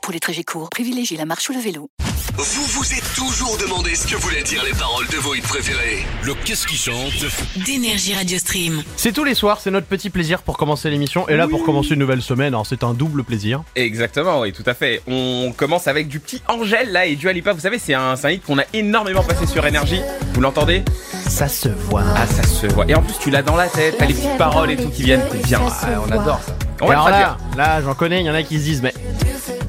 Pour les trajets courts, privilégiez la marche ou le vélo. Vous vous êtes toujours demandé ce que voulaient dire les paroles de vos hits préférés. Le qu'est-ce qui chante d'énergie Radio Stream. C'est tous les soirs, c'est notre petit plaisir pour commencer l'émission. Et là, pour commencer une nouvelle semaine, alors c'est un double plaisir. Exactement, oui, tout à fait. On commence avec du petit Angèle là et du Alipa. Vous savez, c'est un, c'est un hit qu'on a énormément passé sur énergie. Vous l'entendez Ça se voit. Ah, ça se voit. Et en plus, tu l'as dans la tête, t'as les petites paroles et tout qui viennent. C'est bien, Ah, on adore ça. On va le alors traduire. là, là j'en connais, il y en a qui se disent, mais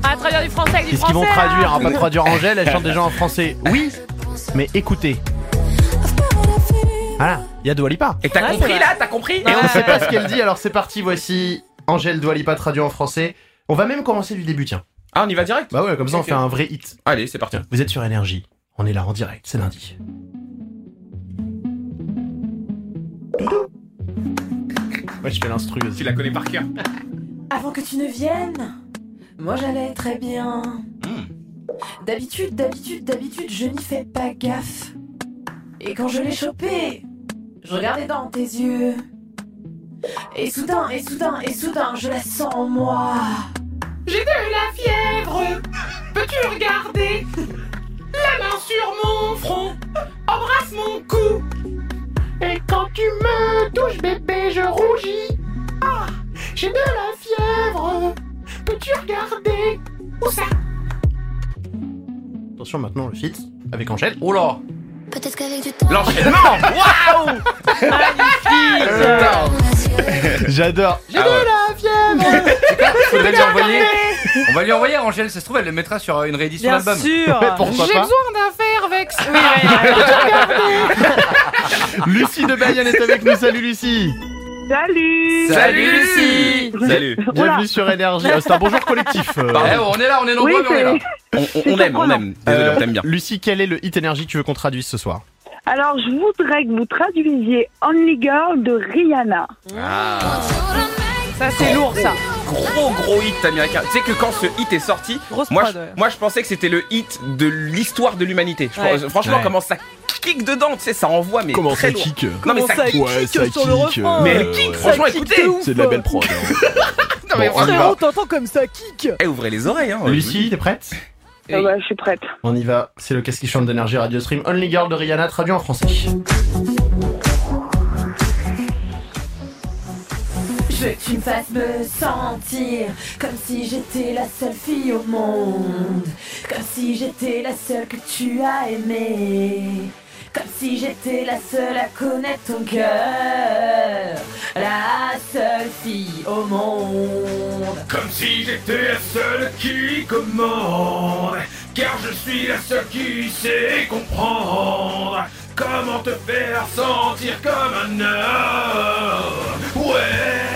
À traduire du français avec du qu'est-ce qu'ils français. vont là. traduire hein, Pas traduire Angèle, elle chante déjà en français. Oui, mais écoutez. Voilà, il y a Doualipa. Et t'as Ouais, c'est compris vrai. là T'as compris Et on ne sait pas ce qu'elle dit, alors c'est parti, voici Angèle Doualipa traduit en français. On va même commencer du début, tiens. Ah, on y va direct Bah ouais, comme ça on fait un vrai hit. Allez, c'est parti. Tiens, vous êtes sur Énergie. On est là en direct, c'est lundi. Ouais, je fais l'instru aussi. Tu la connais par cœur. Avant que tu ne viennes, moi j'allais très bien. D'habitude, d'habitude, d'habitude, je n'y fais pas gaffe. Et quand je l'ai chopé, je regardais dans tes yeux. Et soudain, et soudain, et soudain, je la sens en moi. J'ai de la fièvre. Peux-tu regarder La main sur mon front. Embrasse mon cou. Et quand tu me touches, bébé, je rougis. Ah, j'ai de la fièvre. Peux-tu regarder Où ça Attention maintenant le feat avec Angèle. Oh là Peut-être qu'avec du temps. L'enchaînement J'adore Ah ouais. Faudrait lui envoyer. On va lui envoyer Angèle, ça se trouve, elle le mettra sur euh, une réédition Bien d'album. sûr. Ouais, pourquoi J'ai pas besoin d'un vervex. Oui, ouais, ouais. Lucie de Bayonne est avec nous, salut Lucie Salut, Lucie Salut Bienvenue sur Énergie, Euh, c'est un bonjour collectif. euh. Bah, Eh, On est là, on est nombreux, mais on est là. On, on- on aime, on aime. Désolé, Euh, on t'aime bien. Lucie, quel est le hit énergie que tu veux qu'on traduise ce soir Alors, je voudrais que vous traduisiez Only Girl de Rihanna. Ah. Ça, c'est lourd, ça. Gros gros hit américain. Tu sais que quand ce hit est sorti, Grosse moi prod, je, ouais. moi je pensais que c'était le hit de l'histoire de l'humanité. Je Ouais. pense- Franchement, Ouais. comment ça kick dedans, tu sais, ça envoie, mais très lourd. kick Non, mais Comment ça ça kick. kick sur le refrain Mais elle kick, franchement, Ça kick de écoutez. ouf. prod. Non, mais Bon, franchement, Frérot, t'entends comme ça kick Eh, ouvrez les oreilles, hein. Lucie, t'es prête Ah bah, je suis prête. On y va, c'est le Qu'est-ce qui chante d'énergie Radio Stream Only Girl de Rihanna traduit en français. Je veux que tu me fasses me sentir comme si j'étais la seule fille au monde, comme si j'étais la seule que tu as aimée, comme si j'étais la seule à connaître ton cœur, la seule fille au monde. Comme si j'étais la seule qui commande, car je suis la seule qui sait comprendre comment te faire sentir comme un homme. Ouais.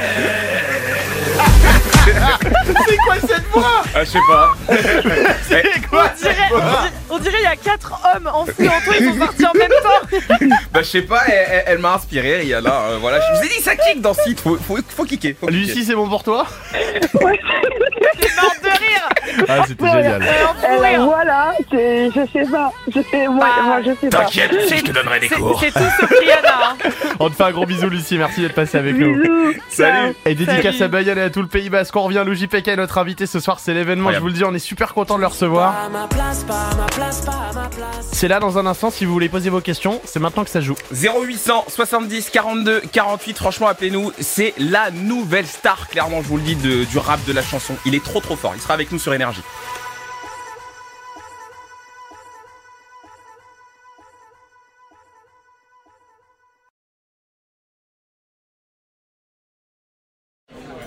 Ah, je sais pas. On dirait, on dirait il y a quatre hommes enfouis en toi, ils sont partis en même temps. Bah, je sais pas, elle, elle- elle m'a inspiré, Rihanna. euh, voilà, je vous ai dit, ça kick dans ce hit. Faut, faut, faut kicker. faut kicker. Lucie, c'est bon pour toi T'es mort de rire. Ah, c'était génial. Euh, en fou rire. Eh, voilà, je sais pas, je sais, moi, moi, je sais T'inquiète, je te donnerai des C'est cours. c'est tout sauf Rihanna. hein. On te fait un gros bisou, Lucie. Merci d'être passé avec nous. Salut. Et dédicace Salut. à Bayonne et à tout le Pays Basque. On revient, Luigi Pékin, notre invité ce soir. C'est l'événement, je vous le dis. On est super content de le recevoir. C'est là dans un instant. Si vous voulez poser vos questions, c'est maintenant que ça joue. 0800 70 42 48, franchement, appelez-nous. C'est la nouvelle star, clairement, je vous le dis, de- du rap, de la chanson. Il est trop trop fort. Il sera avec nous sur Énergie.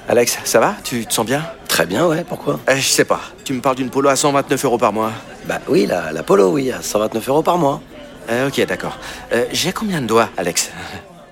Alex, ça va Tu te sens bien Eh, Très bien, ouais, pourquoi Je sais pas. Tu me parles d'une polo à 129 euros par mois. Bah oui, la, la Polo, oui, à 129 euros par mois. Eh, Euh, ok, d'accord. J'ai combien de doigts, Alex